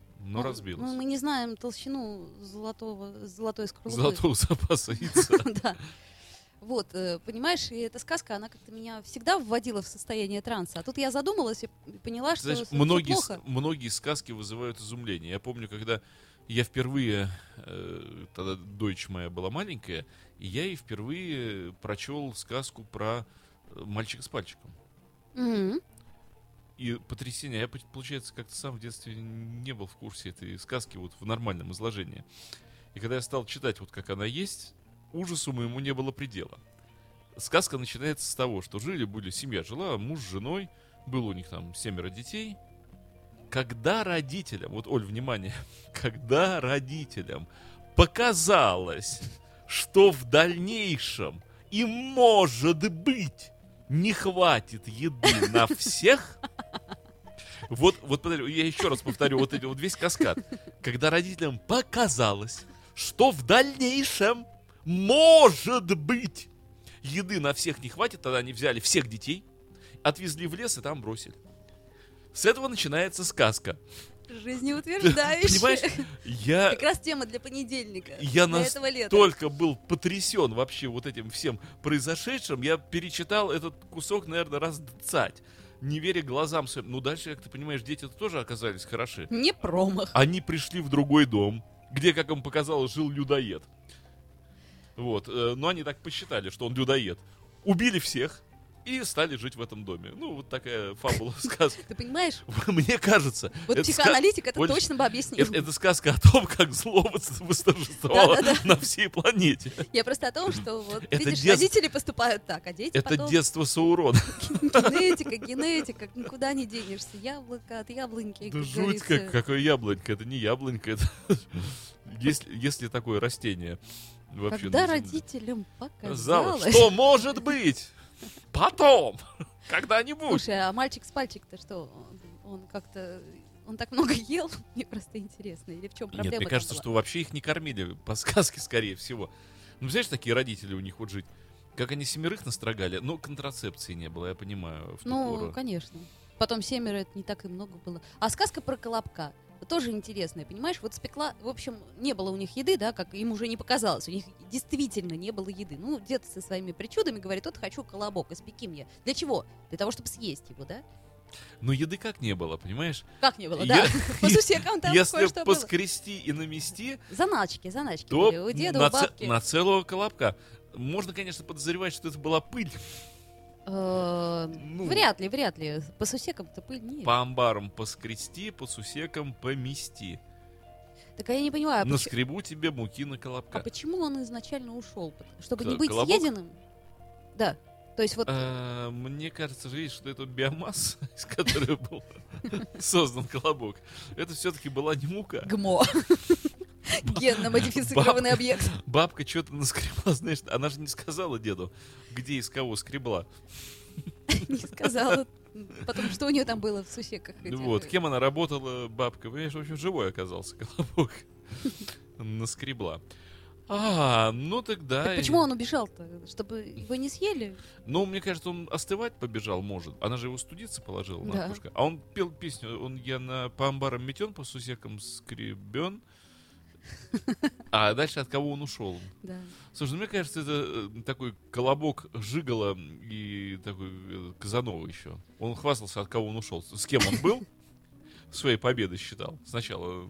[SPEAKER 3] Ну,
[SPEAKER 4] Но разбилось.
[SPEAKER 3] Мы, мы не знаем толщину золотого, золотой скорлупы.
[SPEAKER 4] Золотого запаса яйца.
[SPEAKER 3] Да. Вот, э, понимаешь, и эта сказка, она как-то меня всегда вводила в состояние транса. А тут я задумалась и поняла, что
[SPEAKER 4] Знаешь,
[SPEAKER 3] всё
[SPEAKER 4] многие, с-
[SPEAKER 3] плохо.
[SPEAKER 4] многие сказки вызывают изумление. Я помню, когда я впервые, э, тогда дочь моя была маленькая, и я ей впервые прочел сказку про э, мальчика с пальчиком.
[SPEAKER 3] Мгм.
[SPEAKER 4] И потрясение. Я, пот- получается, как-то сам в детстве не был в курсе этой сказки вот в нормальном изложении. И когда я стал читать вот как она есть, ужасу моему не было предела. Сказка начинается с того, что жили-были, семья жила, муж с женой, было у них там семеро детей. Когда родителям, вот, Оль, внимание, когда родителям показалось, что в дальнейшем им, может быть, не хватит еды на всех, вот, вот, подожди, я еще раз повторю, вот, эти, вот весь каскад. Когда родителям показалось, что в дальнейшем, может быть, еды на всех не хватит, тогда они взяли всех детей, отвезли в лес и там бросили. С этого начинается сказка.
[SPEAKER 3] Жизнеутверждающий.
[SPEAKER 4] Понимаешь, я...
[SPEAKER 3] Как раз тема для понедельника.
[SPEAKER 4] Я
[SPEAKER 3] для этого лета.
[SPEAKER 4] настолько был потрясен вообще вот этим всем произошедшим, я перечитал этот кусок, наверное, раз цать, не веря глазам своим. Ну, дальше, как ты понимаешь, дети тоже оказались хороши.
[SPEAKER 3] Не промах.
[SPEAKER 4] Они пришли в другой дом, где, как им показалось, жил людоед. Вот, э, но они так посчитали, что он людоед. Убили всех и стали жить в этом доме. Ну, вот такая фабула сказка.
[SPEAKER 3] Ты понимаешь?
[SPEAKER 4] Мне кажется,
[SPEAKER 3] Вот
[SPEAKER 4] это ска-
[SPEAKER 3] психоаналитик это
[SPEAKER 4] Оль,
[SPEAKER 3] точно бы объяснил.
[SPEAKER 4] это, это сказка о том, как зло вос- восторжествовало на всей планете.
[SPEAKER 3] Я просто о том, что вот
[SPEAKER 4] Это
[SPEAKER 3] видишь,
[SPEAKER 4] дет-
[SPEAKER 3] родители поступают так, а дети
[SPEAKER 4] Это
[SPEAKER 3] потом
[SPEAKER 4] детство Саурона.
[SPEAKER 3] генетика, генетика, никуда не денешься. Яблоко от яблоньки,
[SPEAKER 4] Да
[SPEAKER 3] как
[SPEAKER 4] жуть, как,
[SPEAKER 3] говорится.
[SPEAKER 4] какое яблонько. Это не яблонько, это... Если, если такое растение вообще...
[SPEAKER 3] Когда
[SPEAKER 4] на земле.
[SPEAKER 3] родителям
[SPEAKER 4] Казалось,
[SPEAKER 3] показалось...
[SPEAKER 4] Что может быть? Потом! Когда-нибудь!
[SPEAKER 3] Слушай, а мальчик с пальчик-то что? Он, он как-то... Он так много ел? Мне просто интересно. Или в чем проблема?
[SPEAKER 4] Нет, мне
[SPEAKER 3] там
[SPEAKER 4] кажется,
[SPEAKER 3] была?
[SPEAKER 4] что вообще их не кормили по сказке, скорее всего. Ну, знаешь, такие родители у них вот жить. Как они семерых настрогали, но контрацепции не было, я понимаю, в ту
[SPEAKER 3] Ну,
[SPEAKER 4] пору.
[SPEAKER 3] конечно. Потом семеро это не так и много было. А сказка про Колобка. Тоже интересная, понимаешь? Вот спекла, в общем, не было у них еды, да, как им уже не показалось. У них действительно не было еды. Ну, дед со своими причудами говорит, вот хочу колобок, испеки мне. Для чего? Для того, чтобы съесть его, да?
[SPEAKER 4] Но еды как не было, понимаешь?
[SPEAKER 3] Как не было,
[SPEAKER 4] Я-
[SPEAKER 3] да? По сусекам там
[SPEAKER 4] Если
[SPEAKER 3] кое-что было.
[SPEAKER 4] поскрести и намести,
[SPEAKER 3] Заначки, заначки
[SPEAKER 4] то
[SPEAKER 3] были у деда,
[SPEAKER 4] на,
[SPEAKER 3] у
[SPEAKER 4] ц-
[SPEAKER 3] бабки.
[SPEAKER 4] на целого колобка. Можно, конечно, подозревать, что это была пыль
[SPEAKER 3] Э,
[SPEAKER 4] Ну.
[SPEAKER 3] Вряд ли, вряд ли. По сусекам-то пыль нет.
[SPEAKER 4] по амбарам поскрести, по сусекам помести.
[SPEAKER 3] Так а я не понимаю, а, поч-
[SPEAKER 4] Наскребу тебе муки на колобка.
[SPEAKER 3] а почему он изначально ушел? Пот- Чтобы
[SPEAKER 4] Кто,
[SPEAKER 3] не быть
[SPEAKER 4] Колобок?
[SPEAKER 3] съеденным? Да. То есть вот
[SPEAKER 4] А, мне кажется, же, видишь, что это биомасса, из которой был создан колобок, это все-таки была не мука.
[SPEAKER 3] ГМО. Генно-модифицированный
[SPEAKER 4] Бабка.
[SPEAKER 3] объект.
[SPEAKER 4] Бабка что-то наскребла, знаешь, она же не сказала деду, где из кого скребла.
[SPEAKER 3] Не сказала. Потом, что у нее там было в сусеках? этих?
[SPEAKER 4] Ну Вот, кем она работала, бабка, понимаешь, в общем, живой оказался колобок. Наскребла. А, ну тогда...
[SPEAKER 3] Так почему он убежал-то? Чтобы его не съели?
[SPEAKER 4] Ну, мне кажется, он остывать побежал, может. Она же его студиться положила,
[SPEAKER 3] Да.
[SPEAKER 4] Маркушка. А он пел песню, он я на, по амбарам метен, по сусекам скребен. А дальше от кого он ушел?
[SPEAKER 3] Да.
[SPEAKER 4] Слушай, ну, мне кажется, это э, такой колобок Жигала и такой э, Казанова еще. Он хвастался, от кого он ушел. С кем он был? Своей победы считал. Сначала э,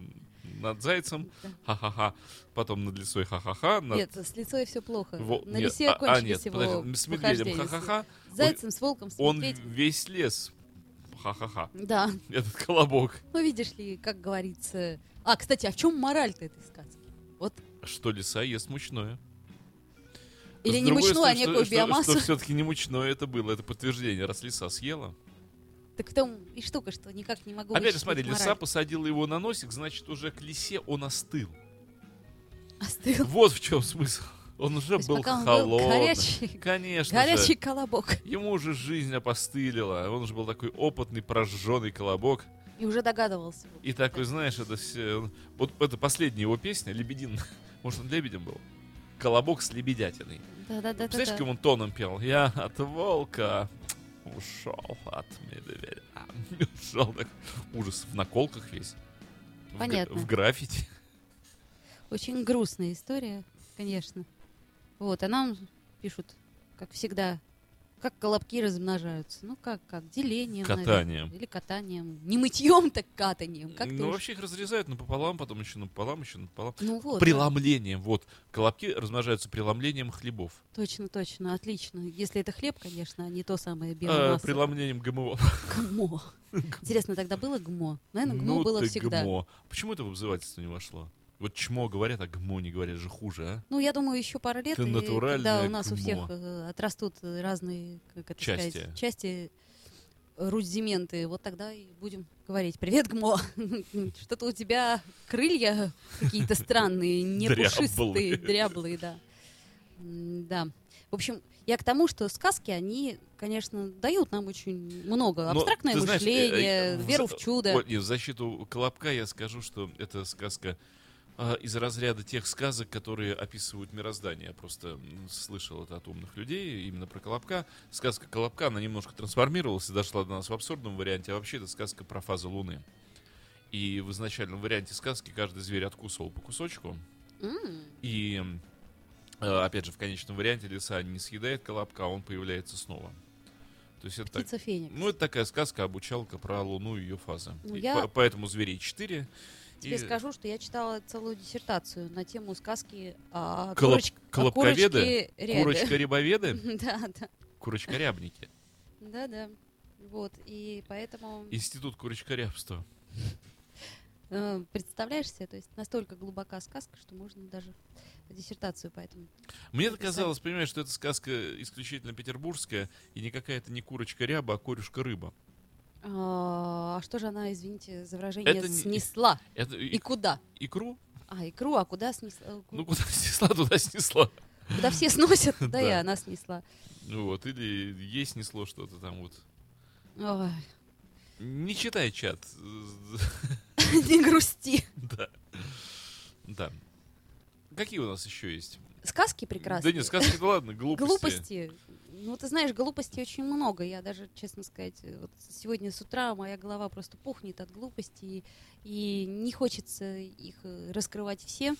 [SPEAKER 4] над зайцем,
[SPEAKER 3] Да.
[SPEAKER 4] ха-ха-ха, потом над лисой, ха-ха-ха, над...
[SPEAKER 3] Нет, с лицой все плохо.
[SPEAKER 4] Ну. Во-
[SPEAKER 3] На
[SPEAKER 4] нет,
[SPEAKER 3] лисе
[SPEAKER 4] а- а,
[SPEAKER 3] кончились
[SPEAKER 4] нет,
[SPEAKER 3] его
[SPEAKER 4] подожди, С
[SPEAKER 3] похождения.
[SPEAKER 4] медведем, ха-ха-ха,
[SPEAKER 3] С зайцем, с волком, с
[SPEAKER 4] он
[SPEAKER 3] медведем.
[SPEAKER 4] весь лес. Ха-ха-ха.
[SPEAKER 3] Да,
[SPEAKER 4] Этот колобок.
[SPEAKER 3] ну видишь ли, как говорится... А, кстати, а в чем мораль-то этой сказки? Вот
[SPEAKER 4] Что лиса ест мучное.
[SPEAKER 3] Или
[SPEAKER 4] С
[SPEAKER 3] не
[SPEAKER 4] другой
[SPEAKER 3] мучную, а
[SPEAKER 4] стороны, что-
[SPEAKER 3] некую
[SPEAKER 4] что-
[SPEAKER 3] биомассу.
[SPEAKER 4] Что, все-таки не мучное это было, это подтверждение, раз лиса съела.
[SPEAKER 3] Так в том и штука, что никак не могу
[SPEAKER 4] Опять же,
[SPEAKER 3] вычислить
[SPEAKER 4] смотри, лиса
[SPEAKER 3] мораль.
[SPEAKER 4] посадила его на носик, значит, уже к лисе он остыл.
[SPEAKER 3] Остыл.
[SPEAKER 4] Вот в чем смысл. Он
[SPEAKER 3] То
[SPEAKER 4] уже
[SPEAKER 3] есть
[SPEAKER 4] был
[SPEAKER 3] пока он был
[SPEAKER 4] холодный.
[SPEAKER 3] горячий,
[SPEAKER 4] Конечно же.
[SPEAKER 3] горячий колобок.
[SPEAKER 4] Ему же жизнь опостылила. Он же был такой опытный, прожженный колобок.
[SPEAKER 3] И уже догадывался.
[SPEAKER 4] И такой, знаешь, это все... Вот это последняя его песня, «Лебедин». Может, он лебедем был? Колобок с лебедятиной.
[SPEAKER 3] Да-да-да.
[SPEAKER 4] Представляешь, каким он тоном пел? Я от волка ушел от медведя. А, Ушел. Так, Ужас. В наколках весь. В г-
[SPEAKER 3] Понятно.
[SPEAKER 4] В граффити.
[SPEAKER 3] Очень грустная история, конечно. Вот, а нам пишут, как всегда, как колобки размножаются. Ну как, как? Делением, наверное.
[SPEAKER 4] Катанием.
[SPEAKER 3] Или катанием. Не мытьем, так катанием. Как ты
[SPEAKER 4] ну,
[SPEAKER 3] уж-
[SPEAKER 4] вообще их разрезают напополам, потом еще напополам, еще напополам.
[SPEAKER 3] Ну вот,
[SPEAKER 4] Преломлением. Вот. Колобки размножаются преломлением хлебов.
[SPEAKER 3] точно, точно, отлично. Если это хлеб, конечно, а не то самое
[SPEAKER 4] Э,
[SPEAKER 3] белое масло.
[SPEAKER 4] преломлением ГМО.
[SPEAKER 3] ГМО. Интересно, тогда было ГМО? Наверное, ГМО
[SPEAKER 4] ну
[SPEAKER 3] было
[SPEAKER 4] ты
[SPEAKER 3] всегда.
[SPEAKER 4] ГМО. А Почему это в обзывательство не вошло? Вот чмо говорят, а ГМО не говорят же хуже, а?
[SPEAKER 3] Ну, я думаю, еще пара лет,
[SPEAKER 4] Ты
[SPEAKER 3] и когда
[SPEAKER 4] натуральная
[SPEAKER 3] у нас у
[SPEAKER 4] ГМО.
[SPEAKER 3] всех э, отрастут э, разные, как это
[SPEAKER 4] Части.
[SPEAKER 3] сказать, части э, рудименты, вот тогда и будем говорить. Привет, ГМО! Что-то у тебя крылья какие-то странные, не пушистые,
[SPEAKER 4] Дряблые.
[SPEAKER 3] дряблые, да. М, Да. В общем, я к тому, что сказки, они, конечно, дают нам очень много.
[SPEAKER 4] Но,
[SPEAKER 3] Абстрактное
[SPEAKER 4] ты знаешь, э, э,
[SPEAKER 3] мышление, веру в чудо.
[SPEAKER 4] Ой, нет, в защиту Колобка я скажу, что это сказка а, из разряда тех сказок, которые описывают мироздание. Я просто м, слышал это от умных людей, именно про Колобка. Сказка Колобка, она немножко трансформировалась и дошла до нас в абсурдном варианте, а вообще это сказка про фазы Луны. И в изначальном варианте сказки каждый зверь откусывал по кусочку,
[SPEAKER 3] М,
[SPEAKER 4] И э, опять же, в конечном варианте лиса не съедает колобка, а он появляется снова. То есть это так-
[SPEAKER 3] Птица Феникс.
[SPEAKER 4] Ну, это такая сказка обучалка про Луну и ее фазы.
[SPEAKER 3] Ну,
[SPEAKER 4] И
[SPEAKER 3] я-
[SPEAKER 4] по- поэтому зверей 4.
[SPEAKER 3] Тебе скажу, что я читала целую диссертацию на тему сказки о,
[SPEAKER 4] Колоб-
[SPEAKER 3] курочке- о
[SPEAKER 4] колобковеды?
[SPEAKER 3] курочке рябе.
[SPEAKER 4] Курочка-рябоведы,
[SPEAKER 3] Да, да,
[SPEAKER 4] курочкарябники.
[SPEAKER 3] да, да. Вот, и поэтому,
[SPEAKER 4] Институт курочкарябства.
[SPEAKER 3] э, представляешь себе, то есть настолько глубока сказка, что можно даже диссертацию поэтому.
[SPEAKER 4] Мне это казалось, понимаешь, что эта сказка исключительно петербургская, и никакая это не курочка-ряба, а корюшка-рыба.
[SPEAKER 3] А а что же она, извините за выражение,
[SPEAKER 4] Это не-
[SPEAKER 3] снесла?
[SPEAKER 4] Это
[SPEAKER 3] И
[SPEAKER 4] и-
[SPEAKER 3] куда?
[SPEAKER 4] икру?
[SPEAKER 3] А, икру, а куда снесла? Э, ку-
[SPEAKER 4] Ну, куда снесла, туда снесла.
[SPEAKER 3] Куда все сносят, туда и
[SPEAKER 4] Да.
[SPEAKER 3] она снесла.
[SPEAKER 4] Ну Вот, или ей снесло что-то там вот.
[SPEAKER 3] Ой,
[SPEAKER 4] Не читай чат.
[SPEAKER 3] Не грусти.
[SPEAKER 4] Да. Да. Какие у нас еще есть?
[SPEAKER 3] Сказки прекрасные.
[SPEAKER 4] Да нет, сказки, да ладно, глупости.
[SPEAKER 3] Глупости. Ну, ты знаешь, глупостей очень много. Я даже, честно сказать, вот сегодня с утра моя голова просто пухнет от глупостей, и не хочется их э, раскрывать все.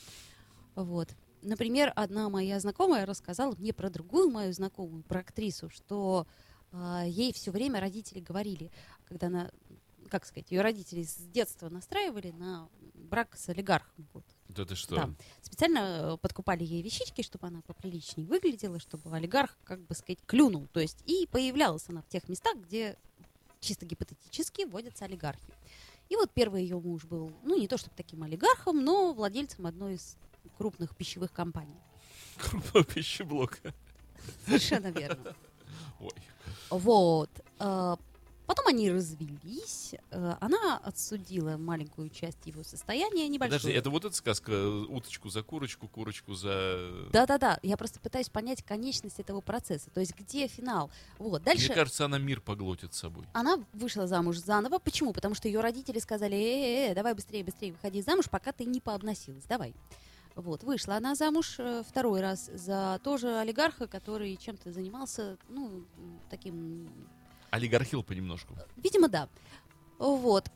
[SPEAKER 3] Вот. Например, одна моя знакомая рассказала мне про другую мою знакомую, про актрису, что а, ей все время родители говорили, когда она, как сказать, ее родители с детства настраивали на брак с олигархом. Вот.
[SPEAKER 4] Да ты что?
[SPEAKER 3] Да. Специально э, подкупали ей вещички, чтобы она поприличнее выглядела, чтобы олигарх, как бы сказать, клюнул. То есть и появлялась она в тех местах, где чисто гипотетически водятся олигархи. И вот первый ее муж был, ну, не то чтобы таким олигархом, но владельцем одной из крупных пищевых компаний.
[SPEAKER 4] Крупа пищеблока.
[SPEAKER 3] Совершенно верно.
[SPEAKER 4] Ой.
[SPEAKER 3] Вот. Э, Потом они развелись. Э, Она отсудила маленькую часть его состояния, небольшую.
[SPEAKER 4] Подожди, это вот эта сказка? э, Уточку за курочку, курочку за...
[SPEAKER 3] Да-да-да, я просто пытаюсь понять конечность этого процесса, то есть где финал. Вот, дальше
[SPEAKER 4] Мне кажется, она мир поглотит с собой.
[SPEAKER 3] она вышла замуж заново. Почему? Потому что ее родители сказали, э, э, э, давай быстрее, быстрее выходи замуж, пока ты не пообносилась, давай. Вот, вышла она замуж э, второй раз за тоже олигарха, который чем-то занимался, ну, м, таким,
[SPEAKER 4] Олигархил понемножку.
[SPEAKER 3] видимо, да. Вот.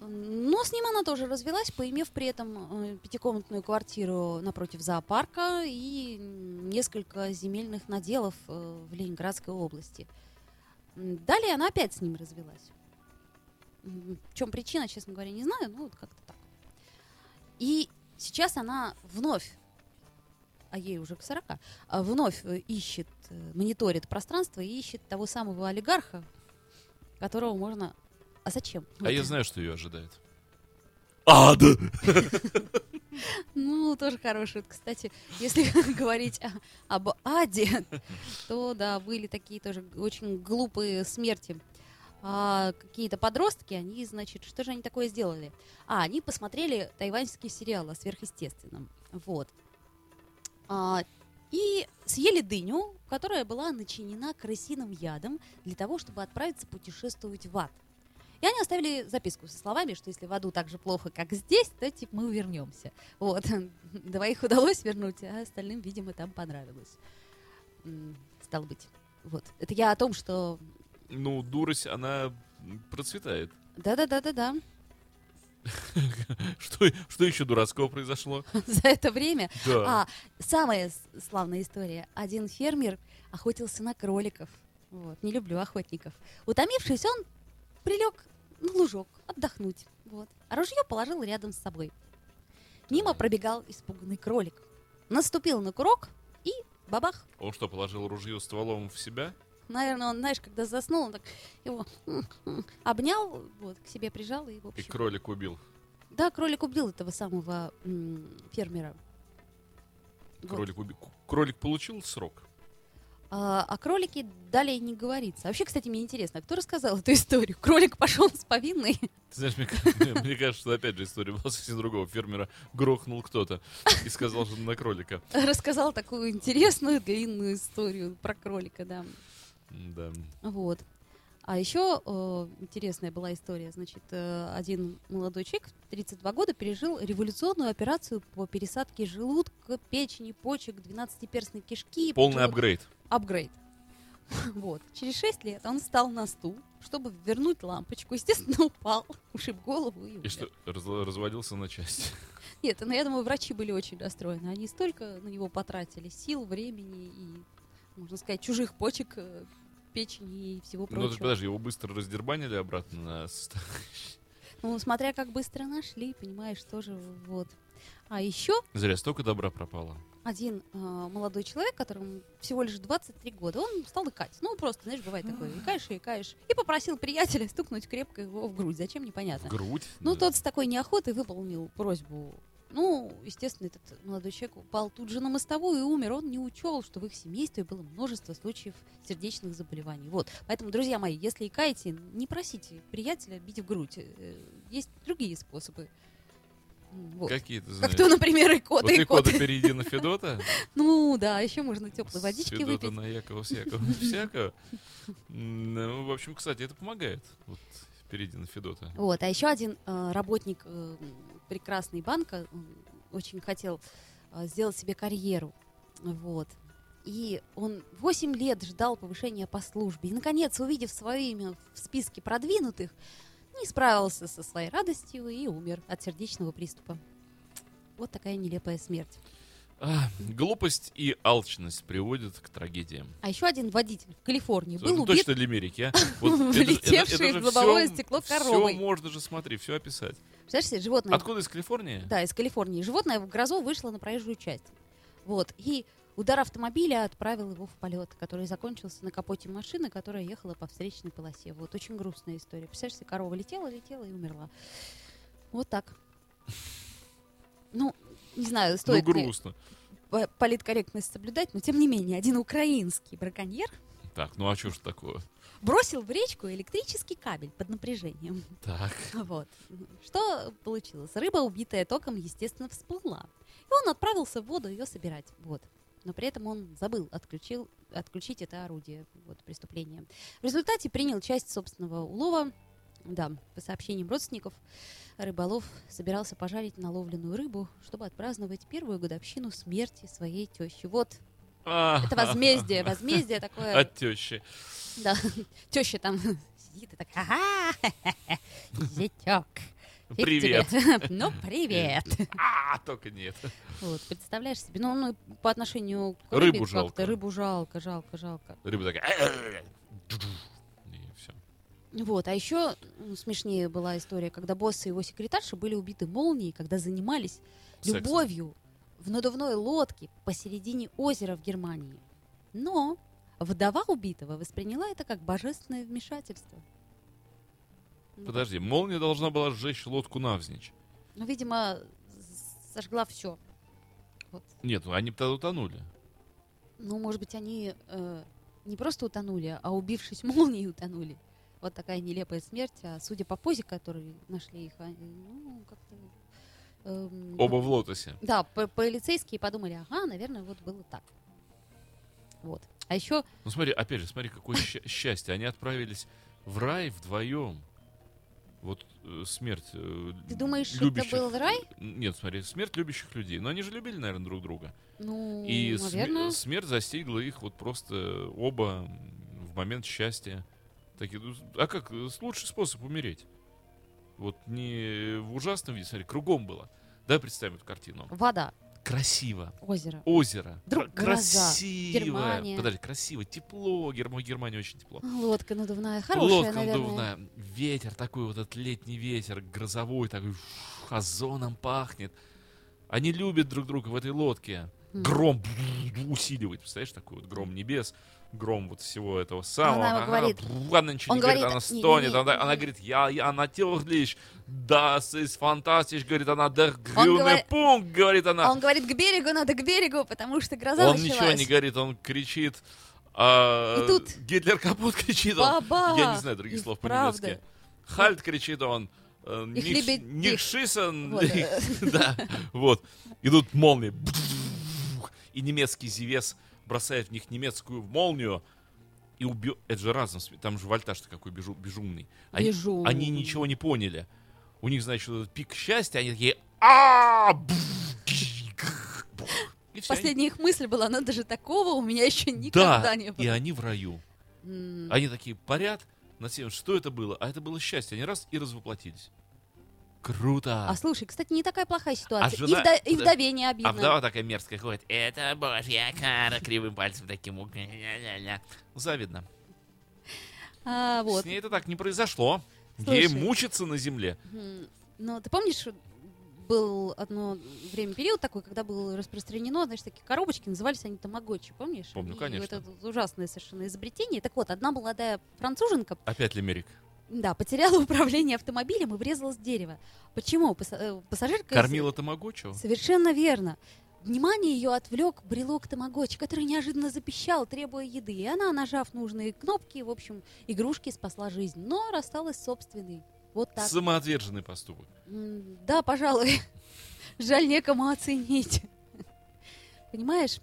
[SPEAKER 3] Но с ним она тоже развелась, поимев при этом э, пятикомнатную квартиру напротив зоопарка и несколько земельных наделов э, в Ленинградской области. М, Далее она опять с ним развелась. М, В чем причина, честно говоря, не знаю, но вот как-то так. И сейчас она вновь, а ей уже к 40, а, вновь э, ищет, э, мониторит пространство и ищет того самого олигарха, которого можно... А зачем?
[SPEAKER 4] А я знаю, что ее ожидает.
[SPEAKER 2] Ад!
[SPEAKER 3] Ну, тоже хороший. Вот, Кстати, если говорить о- об аде, то да, были такие тоже г- очень глупые смерти. А какие-то подростки, они, значит, что же они такое сделали? А, они посмотрели тайваньский сериал о сверхъестественном. Вот. А, и съели дыню, которая была начинена крысиным ядом для того, чтобы отправиться путешествовать в ад. И они оставили записку со словами, что если в аду так же плохо, как здесь, то типа мы вернемся. Вот. Двоих удалось вернуть, а остальным, видимо, там понравилось. М, Стало быть. Вот. Это я о том, что...
[SPEAKER 4] Ну, дурость, она процветает.
[SPEAKER 3] Да-да-да-да-да.
[SPEAKER 4] Что, что еще дурацкого произошло?
[SPEAKER 3] За это время
[SPEAKER 4] Да.
[SPEAKER 3] А, самая с- славная история. Один фермер охотился на кроликов. Вот, не люблю охотников. Утомившись, он прилег на лужок отдохнуть. Вот. А ружье положил рядом с собой. Мимо пробегал испуганный кролик. Наступил на курок и бабах.
[SPEAKER 4] Он что, положил ружье стволом в себя?
[SPEAKER 3] Наверное, он, знаешь, когда заснул, он так его обнял, вот, к себе прижал и, в
[SPEAKER 4] И
[SPEAKER 3] общем,
[SPEAKER 4] кролик убил.
[SPEAKER 3] Да, кролик убил этого самого м, фермера. Вот.
[SPEAKER 4] Кролик, уби- К- кролик получил срок?
[SPEAKER 3] А, о кролике далее не говорится. Вообще, кстати, мне интересно, а кто рассказал эту историю? Кролик пошел с повинной?
[SPEAKER 4] Ты знаешь, мне, ка- мне кажется, что опять же история была совсем другого. Фермера грохнул кто-то и сказал, что на кролика.
[SPEAKER 3] Рассказал такую интересную длинную историю про кролика, да.
[SPEAKER 4] Да.
[SPEAKER 3] Вот. А еще э, интересная была история. Значит, э, один молодой человек, в 32 года, пережил революционную операцию по пересадке желудка, печени, почек, 12-перстной кишки. и
[SPEAKER 4] Полный
[SPEAKER 3] почему-то
[SPEAKER 4] апгрейд.
[SPEAKER 3] апгрейд. Вот. Через 6 лет он встал на стул, чтобы вернуть лампочку. Естественно, упал, ушиб голову и,
[SPEAKER 4] И
[SPEAKER 3] умер.
[SPEAKER 4] что, раз- разводился на части.
[SPEAKER 3] Нет, ну я думаю, врачи были очень расстроены. Они столько на него потратили сил, времени и, можно сказать, чужих почек, э, печени и всего
[SPEAKER 4] Ну, так
[SPEAKER 3] прочего.
[SPEAKER 4] подожди, его быстро раздербанили обратно на... ст-
[SPEAKER 3] Ну, смотря как быстро нашли, понимаешь, тоже вот. А еще
[SPEAKER 4] Зря столько добра пропало.
[SPEAKER 3] один э, молодой человек, которому всего лишь 23 года, он стал икать. Ну, просто, знаешь, бывает такое, икаешь и икаешь. И попросил приятеля стукнуть крепко его в грудь. Зачем,
[SPEAKER 4] В
[SPEAKER 3] непонятно.
[SPEAKER 4] грудь?
[SPEAKER 3] Ну,
[SPEAKER 4] Да.
[SPEAKER 3] тот с такой неохотой выполнил просьбу. Ну, естественно, этот молодой человек упал тут же на мостовую и умер. Он не учел, что в их семействе было множество случаев сердечных заболеваний. Вот. Поэтому, друзья мои, если икаете, не просите приятеля бить в грудь. Э, Есть другие способы. М, Вот.
[SPEAKER 4] Какие ты знаешь?
[SPEAKER 3] Как то, например, икота,
[SPEAKER 4] Вот и
[SPEAKER 3] икота.
[SPEAKER 4] кода перейди на Федота.
[SPEAKER 3] Ну, да, еще можно теплой
[SPEAKER 4] с
[SPEAKER 3] водички
[SPEAKER 4] Федота
[SPEAKER 3] выпить.
[SPEAKER 4] на Якова всякого. Всякого. Ну, в общем, кстати, это помогает. Вот перейди на Федота.
[SPEAKER 3] Вот, а еще один э, работник э, м, прекрасной банка м, очень хотел э, сделать себе карьеру. Вот. И он 8 лет ждал повышения по службе. И, наконец, увидев свое имя в списке продвинутых, не справился со своей радостью и умер от сердечного приступа. Вот такая нелепая смерть.
[SPEAKER 4] А, глупость и алчность приводят к трагедиям.
[SPEAKER 3] А еще один водитель в Калифорнии
[SPEAKER 4] Слушай,
[SPEAKER 3] был
[SPEAKER 4] ну,
[SPEAKER 3] убит
[SPEAKER 4] точно лимерики, а?
[SPEAKER 3] Влетевший в лобовое стекло коровой.
[SPEAKER 4] Все можно же, смотри, все описать.
[SPEAKER 3] Представляешь себе, животное.
[SPEAKER 4] Откуда из Калифорнии?
[SPEAKER 3] Да, из Калифорнии. Животное в грозу вышло на проезжую часть. Вот. И удар автомобиля отправил его в полет, который закончился на капоте машины, которая ехала по встречной полосе. Вот очень грустная история. Представляешь, себе, корова летела, летела и умерла. Вот так. Ну, не знаю,
[SPEAKER 4] Ну,
[SPEAKER 3] стоит ли
[SPEAKER 4] грустно.
[SPEAKER 3] по- политкорректность соблюдать, но тем не менее, один украинский браконьер
[SPEAKER 4] Так, ну а что ж такое?
[SPEAKER 3] бросил в речку электрический кабель под напряжением.
[SPEAKER 4] Так.
[SPEAKER 3] Вот. Что получилось? Рыба, убитая током, естественно, всплыла. И он отправился в воду ее собирать. Вот. Но при этом он забыл отключил, отключить это орудие вот, преступления. В результате принял часть собственного улова. Да, по сообщениям родственников, рыболов собирался пожарить наловленную рыбу, чтобы отпраздновать первую годовщину смерти своей тещи. Вот, это возмездие, возмездие такое.
[SPEAKER 4] От тещи.
[SPEAKER 3] Да, теща там сидит и так, ага, зятек. фиг тебе».
[SPEAKER 4] Привет.
[SPEAKER 3] Ну, привет.
[SPEAKER 4] А, только нет.
[SPEAKER 3] Вот, представляешь себе. Ну, ну, по отношению к
[SPEAKER 4] Рыбу
[SPEAKER 3] рыбе как-то.
[SPEAKER 4] жалко.
[SPEAKER 3] Рыбу жалко, жалко, жалко.
[SPEAKER 4] Рыба такая. «Э, И все.
[SPEAKER 3] Вот, а еще ну, смешнее была история, когда босс и его секретарша были убиты молнией, когда занимались
[SPEAKER 4] Сексом.
[SPEAKER 3] любовью в надувной лодке посередине озера в Германии. Но вдова убитого восприняла это как божественное вмешательство. Ну,
[SPEAKER 4] Подожди, молния должна была сжечь лодку навзничь.
[SPEAKER 3] Ну, видимо, с- сожгла все. Вот.
[SPEAKER 4] Нет, ну они тогда утонули.
[SPEAKER 3] Ну, может быть, они э, не просто утонули, а убившись молнией утонули. Вот такая нелепая смерть. А судя по позе, которой нашли их, они, ну, как-то... эм,
[SPEAKER 4] Оба в лотосе.
[SPEAKER 3] Да, п- полицейские подумали, ага, наверное, вот было так. Вот. А еще
[SPEAKER 4] Ну смотри, опять же, смотри, какое ща- счастье. Они отправились в рай вдвоем. Вот э, смерть. э,
[SPEAKER 3] ты думаешь,
[SPEAKER 4] любящих-
[SPEAKER 3] это был рай?
[SPEAKER 4] Нет, смотри, смерть любящих людей. Но они же любили, наверное, друг друга.
[SPEAKER 3] Ну,
[SPEAKER 4] И сме-
[SPEAKER 3] наверное.
[SPEAKER 4] смерть застигла их вот просто оба м, в момент счастья. Такие, ну, а как, э, с- лучший способ умереть? Вот не в ужасном виде, смотри, кругом было. Давай представим эту картину.
[SPEAKER 3] Вода,
[SPEAKER 4] Красиво.
[SPEAKER 3] озеро.
[SPEAKER 4] Озеро.
[SPEAKER 3] Друг-
[SPEAKER 4] Кра-
[SPEAKER 3] гроза.
[SPEAKER 4] красиво.
[SPEAKER 3] Германия.
[SPEAKER 4] Подожди, красиво. Тепло. Герма- Германия очень тепло.
[SPEAKER 3] Лодка надувная, хорошая,
[SPEAKER 4] Лодка
[SPEAKER 3] наверное.
[SPEAKER 4] надувная. Ветер такой вот этот летний ветер, грозовой такой, фу, озоном пахнет. Они любят друг друга в этой лодке.
[SPEAKER 3] Мгм.
[SPEAKER 4] Гром усиливает, представляешь, такой вот гром небес, гром вот всего этого самого.
[SPEAKER 3] Она ему говорит-
[SPEAKER 4] бррр, она ничего не
[SPEAKER 3] он
[SPEAKER 4] говорит,
[SPEAKER 3] говорит,
[SPEAKER 4] она
[SPEAKER 3] «Не-не-не,
[SPEAKER 4] стонет, она,
[SPEAKER 3] не-не».
[SPEAKER 4] она говорит, я, я natürlich, das ist fantastisch, говорит она, der
[SPEAKER 3] Он
[SPEAKER 4] grüne
[SPEAKER 3] говорит-
[SPEAKER 4] Punkt, говорит
[SPEAKER 3] А
[SPEAKER 4] она.
[SPEAKER 3] он говорит, к берегу надо, к берегу, потому что гроза
[SPEAKER 4] Он
[SPEAKER 3] началась.
[SPEAKER 4] ничего не говорит, он кричит. а,
[SPEAKER 3] И тут-
[SPEAKER 4] Гитлер капут кричит. он-
[SPEAKER 3] Баба!
[SPEAKER 4] Я не знаю других
[SPEAKER 3] И
[SPEAKER 4] слов
[SPEAKER 3] правда.
[SPEAKER 4] по-немецки. Хальт кричит он. э,
[SPEAKER 3] Их
[SPEAKER 4] «Ник-
[SPEAKER 3] лебедь-
[SPEAKER 4] Ник
[SPEAKER 3] их-
[SPEAKER 4] Шисон».
[SPEAKER 3] Вот, э.
[SPEAKER 4] Да, вот. Идут молнии. И немецкий Зевес бросает в них немецкую молнию. И убьет... Это же разом. сме- Там же вольтаж-то какой бежу- безумный. Они,
[SPEAKER 3] Безумный.
[SPEAKER 4] они ничего не поняли. У них, значит, вот этот пик счастья. Они такие... «А, бу, ки, кх, бу». И всё, они-
[SPEAKER 3] Последняя их мысль была, надо же такого у меня еще никогда
[SPEAKER 4] да,
[SPEAKER 3] не было.
[SPEAKER 4] и они в раю.
[SPEAKER 3] М,
[SPEAKER 4] Они такие парят над тем, что это было. А это было счастье. Они раз и развоплотились. Круто.
[SPEAKER 3] А слушай, кстати, не такая плохая ситуация.
[SPEAKER 4] А жена-
[SPEAKER 3] И, вда- и
[SPEAKER 4] Подо-
[SPEAKER 3] вдове не
[SPEAKER 4] А
[SPEAKER 3] обидно.
[SPEAKER 4] вдова такая мерзкая ходит. Э,
[SPEAKER 5] Это божья кара. Кривым пальцем таким. уг- ля-ля-ля.
[SPEAKER 4] завидно.
[SPEAKER 3] А, вот.
[SPEAKER 4] С ней это так не произошло.
[SPEAKER 3] Слушай.
[SPEAKER 4] Ей мучиться на земле.
[SPEAKER 3] М, Ну, ты помнишь, был одно время период такой, когда было распространено, знаешь, такие коробочки, назывались они тамагочи, помнишь?
[SPEAKER 4] Помню,
[SPEAKER 3] И
[SPEAKER 4] конечно.
[SPEAKER 3] Это вот ужасное совершенно изобретение. Так вот, одна молодая француженка,
[SPEAKER 4] Опять Лемерик.
[SPEAKER 3] да, потеряла управление автомобилем и врезалась в дерево. Почему? Паса- э, Пассажирка... из-
[SPEAKER 4] Кормила Тамагочу.
[SPEAKER 3] Совершенно верно. Внимание ее отвлек брелок тамагочи, который неожиданно запищал, требуя еды. И она, нажав нужные кнопки, в общем, игрушки спасла жизнь, но рассталась с собственной. Вот так.
[SPEAKER 4] Самоотверженный поступок.
[SPEAKER 3] М, Да, пожалуй. Жаль, некому оценить. Понимаешь,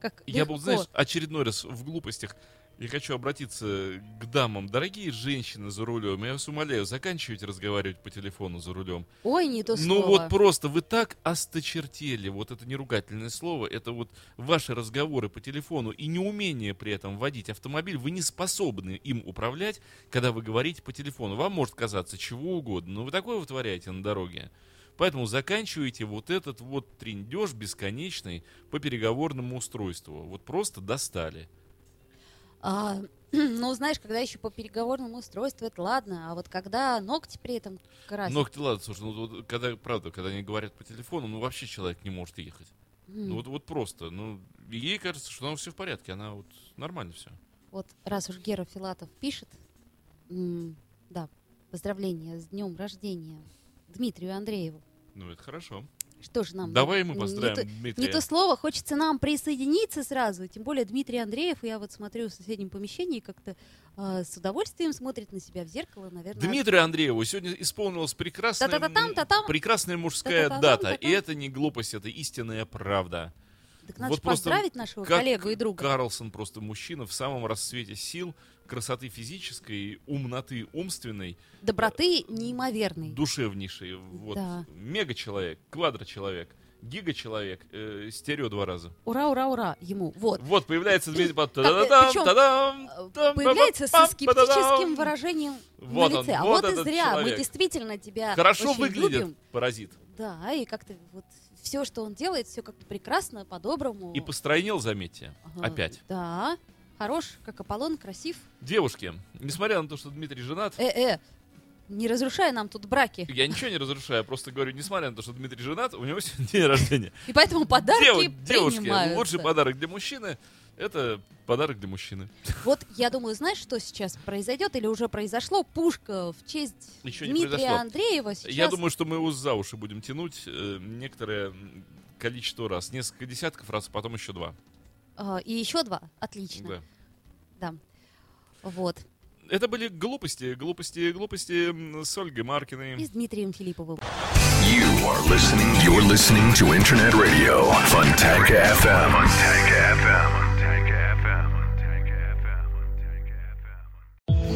[SPEAKER 3] как
[SPEAKER 4] Я был,
[SPEAKER 3] легко.
[SPEAKER 4] знаешь, очередной раз в глупостях. Я хочу обратиться к дамам. Дорогие женщины за рулем, я вас умоляю, заканчивайте разговаривать по телефону за рулем.
[SPEAKER 3] Ой, не то
[SPEAKER 4] Ну
[SPEAKER 3] слово.
[SPEAKER 4] вот просто вы так осточертели, вот это не ругательное слово, это вот ваши разговоры по телефону и неумение при этом водить автомобиль, вы не способны им управлять, когда вы говорите по телефону. Вам может казаться чего угодно, но вы такое вытворяете на дороге. Поэтому заканчивайте вот этот вот триндеж бесконечный по переговорному устройству. Вот просто достали.
[SPEAKER 3] А, ну, знаешь, когда еще по переговорному устройству, это ладно. А вот когда ногти при этом красят.
[SPEAKER 4] Ногти, ладно, слушай, ну вот когда, правда, когда они говорят по телефону, ну вообще человек не может ехать.
[SPEAKER 3] М,
[SPEAKER 4] Ну вот, вот просто. Ну, ей кажется, что она все в порядке, она вот нормально все.
[SPEAKER 3] Вот раз уж Гера Филатов пишет, м, да, поздравления с днем рождения Дмитрию Андрееву.
[SPEAKER 4] Ну, это хорошо.
[SPEAKER 3] Что же нам?
[SPEAKER 4] Давай
[SPEAKER 3] не-
[SPEAKER 4] мы
[SPEAKER 3] А, ну, не
[SPEAKER 4] поздравим
[SPEAKER 3] то-
[SPEAKER 4] Дмитрия.
[SPEAKER 3] Не то слово, хочется нам присоединиться сразу. Тем более Дмитрий Андреев, я вот смотрю в соседнем помещении, как-то э, с удовольствием смотрит на себя в зеркало, наверное.
[SPEAKER 4] Дмитрию Андрееву сегодня исполнилась прекрасная,
[SPEAKER 3] Та-та-та-там,
[SPEAKER 4] м,
[SPEAKER 3] та-там.
[SPEAKER 4] прекрасная мужская
[SPEAKER 3] Та-та-та-там,
[SPEAKER 4] дата.
[SPEAKER 3] та-там.
[SPEAKER 4] И это не глупость, это истинная правда.
[SPEAKER 3] Так надо
[SPEAKER 4] вот
[SPEAKER 3] же
[SPEAKER 4] просто
[SPEAKER 3] поздравить нашего
[SPEAKER 4] Как
[SPEAKER 3] коллегу и друга.
[SPEAKER 4] Карлсон просто мужчина в самом расцвете сил, красоты физической, умноты умственной,
[SPEAKER 3] Доброты неимоверной.
[SPEAKER 4] душевнейшей. Вот.
[SPEAKER 3] Да.
[SPEAKER 4] Мега-человек, квадро-человек, гига-человек, э, стерео два раза.
[SPEAKER 3] Ура, ура, ура ему. Вот.
[SPEAKER 4] Вот, появляется Дмитрий Пат-
[SPEAKER 3] Так, э,
[SPEAKER 4] Та-да-дам,
[SPEAKER 3] причем,
[SPEAKER 4] та-дам,
[SPEAKER 3] Э,
[SPEAKER 4] там,
[SPEAKER 3] Появляется со
[SPEAKER 4] па-па-пам,
[SPEAKER 3] скептическим
[SPEAKER 4] па-да-дам.
[SPEAKER 3] выражением
[SPEAKER 4] Вот
[SPEAKER 3] на
[SPEAKER 4] он,
[SPEAKER 3] лице. а
[SPEAKER 4] вот
[SPEAKER 3] вот и
[SPEAKER 4] этот
[SPEAKER 3] зря. Мы
[SPEAKER 4] человек.
[SPEAKER 3] действительно тебя
[SPEAKER 4] Хорошо
[SPEAKER 3] очень
[SPEAKER 4] выглядит
[SPEAKER 3] любим.
[SPEAKER 4] паразит.
[SPEAKER 3] Да, и как-то вот все, что он делает, все как-то прекрасно, по-доброму.
[SPEAKER 4] И постройнел, заметьте,
[SPEAKER 3] Ага,
[SPEAKER 4] опять.
[SPEAKER 3] Да. Хорош, как Аполлон, красив.
[SPEAKER 4] Девушки, несмотря на то, что Дмитрий женат,
[SPEAKER 3] Э-э, не разрушай нам тут браки.
[SPEAKER 4] я ничего не разрушаю, я просто говорю, несмотря на то, что Дмитрий женат, у него сегодня день рождения.
[SPEAKER 3] И поэтому подарки
[SPEAKER 4] Дев- девушки,
[SPEAKER 3] принимаются.
[SPEAKER 4] лучший подарок для мужчины — это подарок для мужчины.
[SPEAKER 3] Вот я думаю, знаешь, что сейчас произойдет или уже произошло? Пушка в честь
[SPEAKER 4] Еще не
[SPEAKER 3] Дмитрия
[SPEAKER 4] произошло.
[SPEAKER 3] Андреева сейчас.
[SPEAKER 4] Я думаю, что мы его за уши будем тянуть э, некоторое м, количество раз. Несколько десятков раз, потом еще два.
[SPEAKER 3] а, и еще два. Отлично.
[SPEAKER 4] Да.
[SPEAKER 3] Да. Вот.
[SPEAKER 4] Это были глупости, глупости, глупости м, с Ольгой Маркиной.
[SPEAKER 3] И с Дмитрием Филипповым.
[SPEAKER 2] You are listening. You're listening to Internet Radio. Funtank FM. Funtank FM. Funtank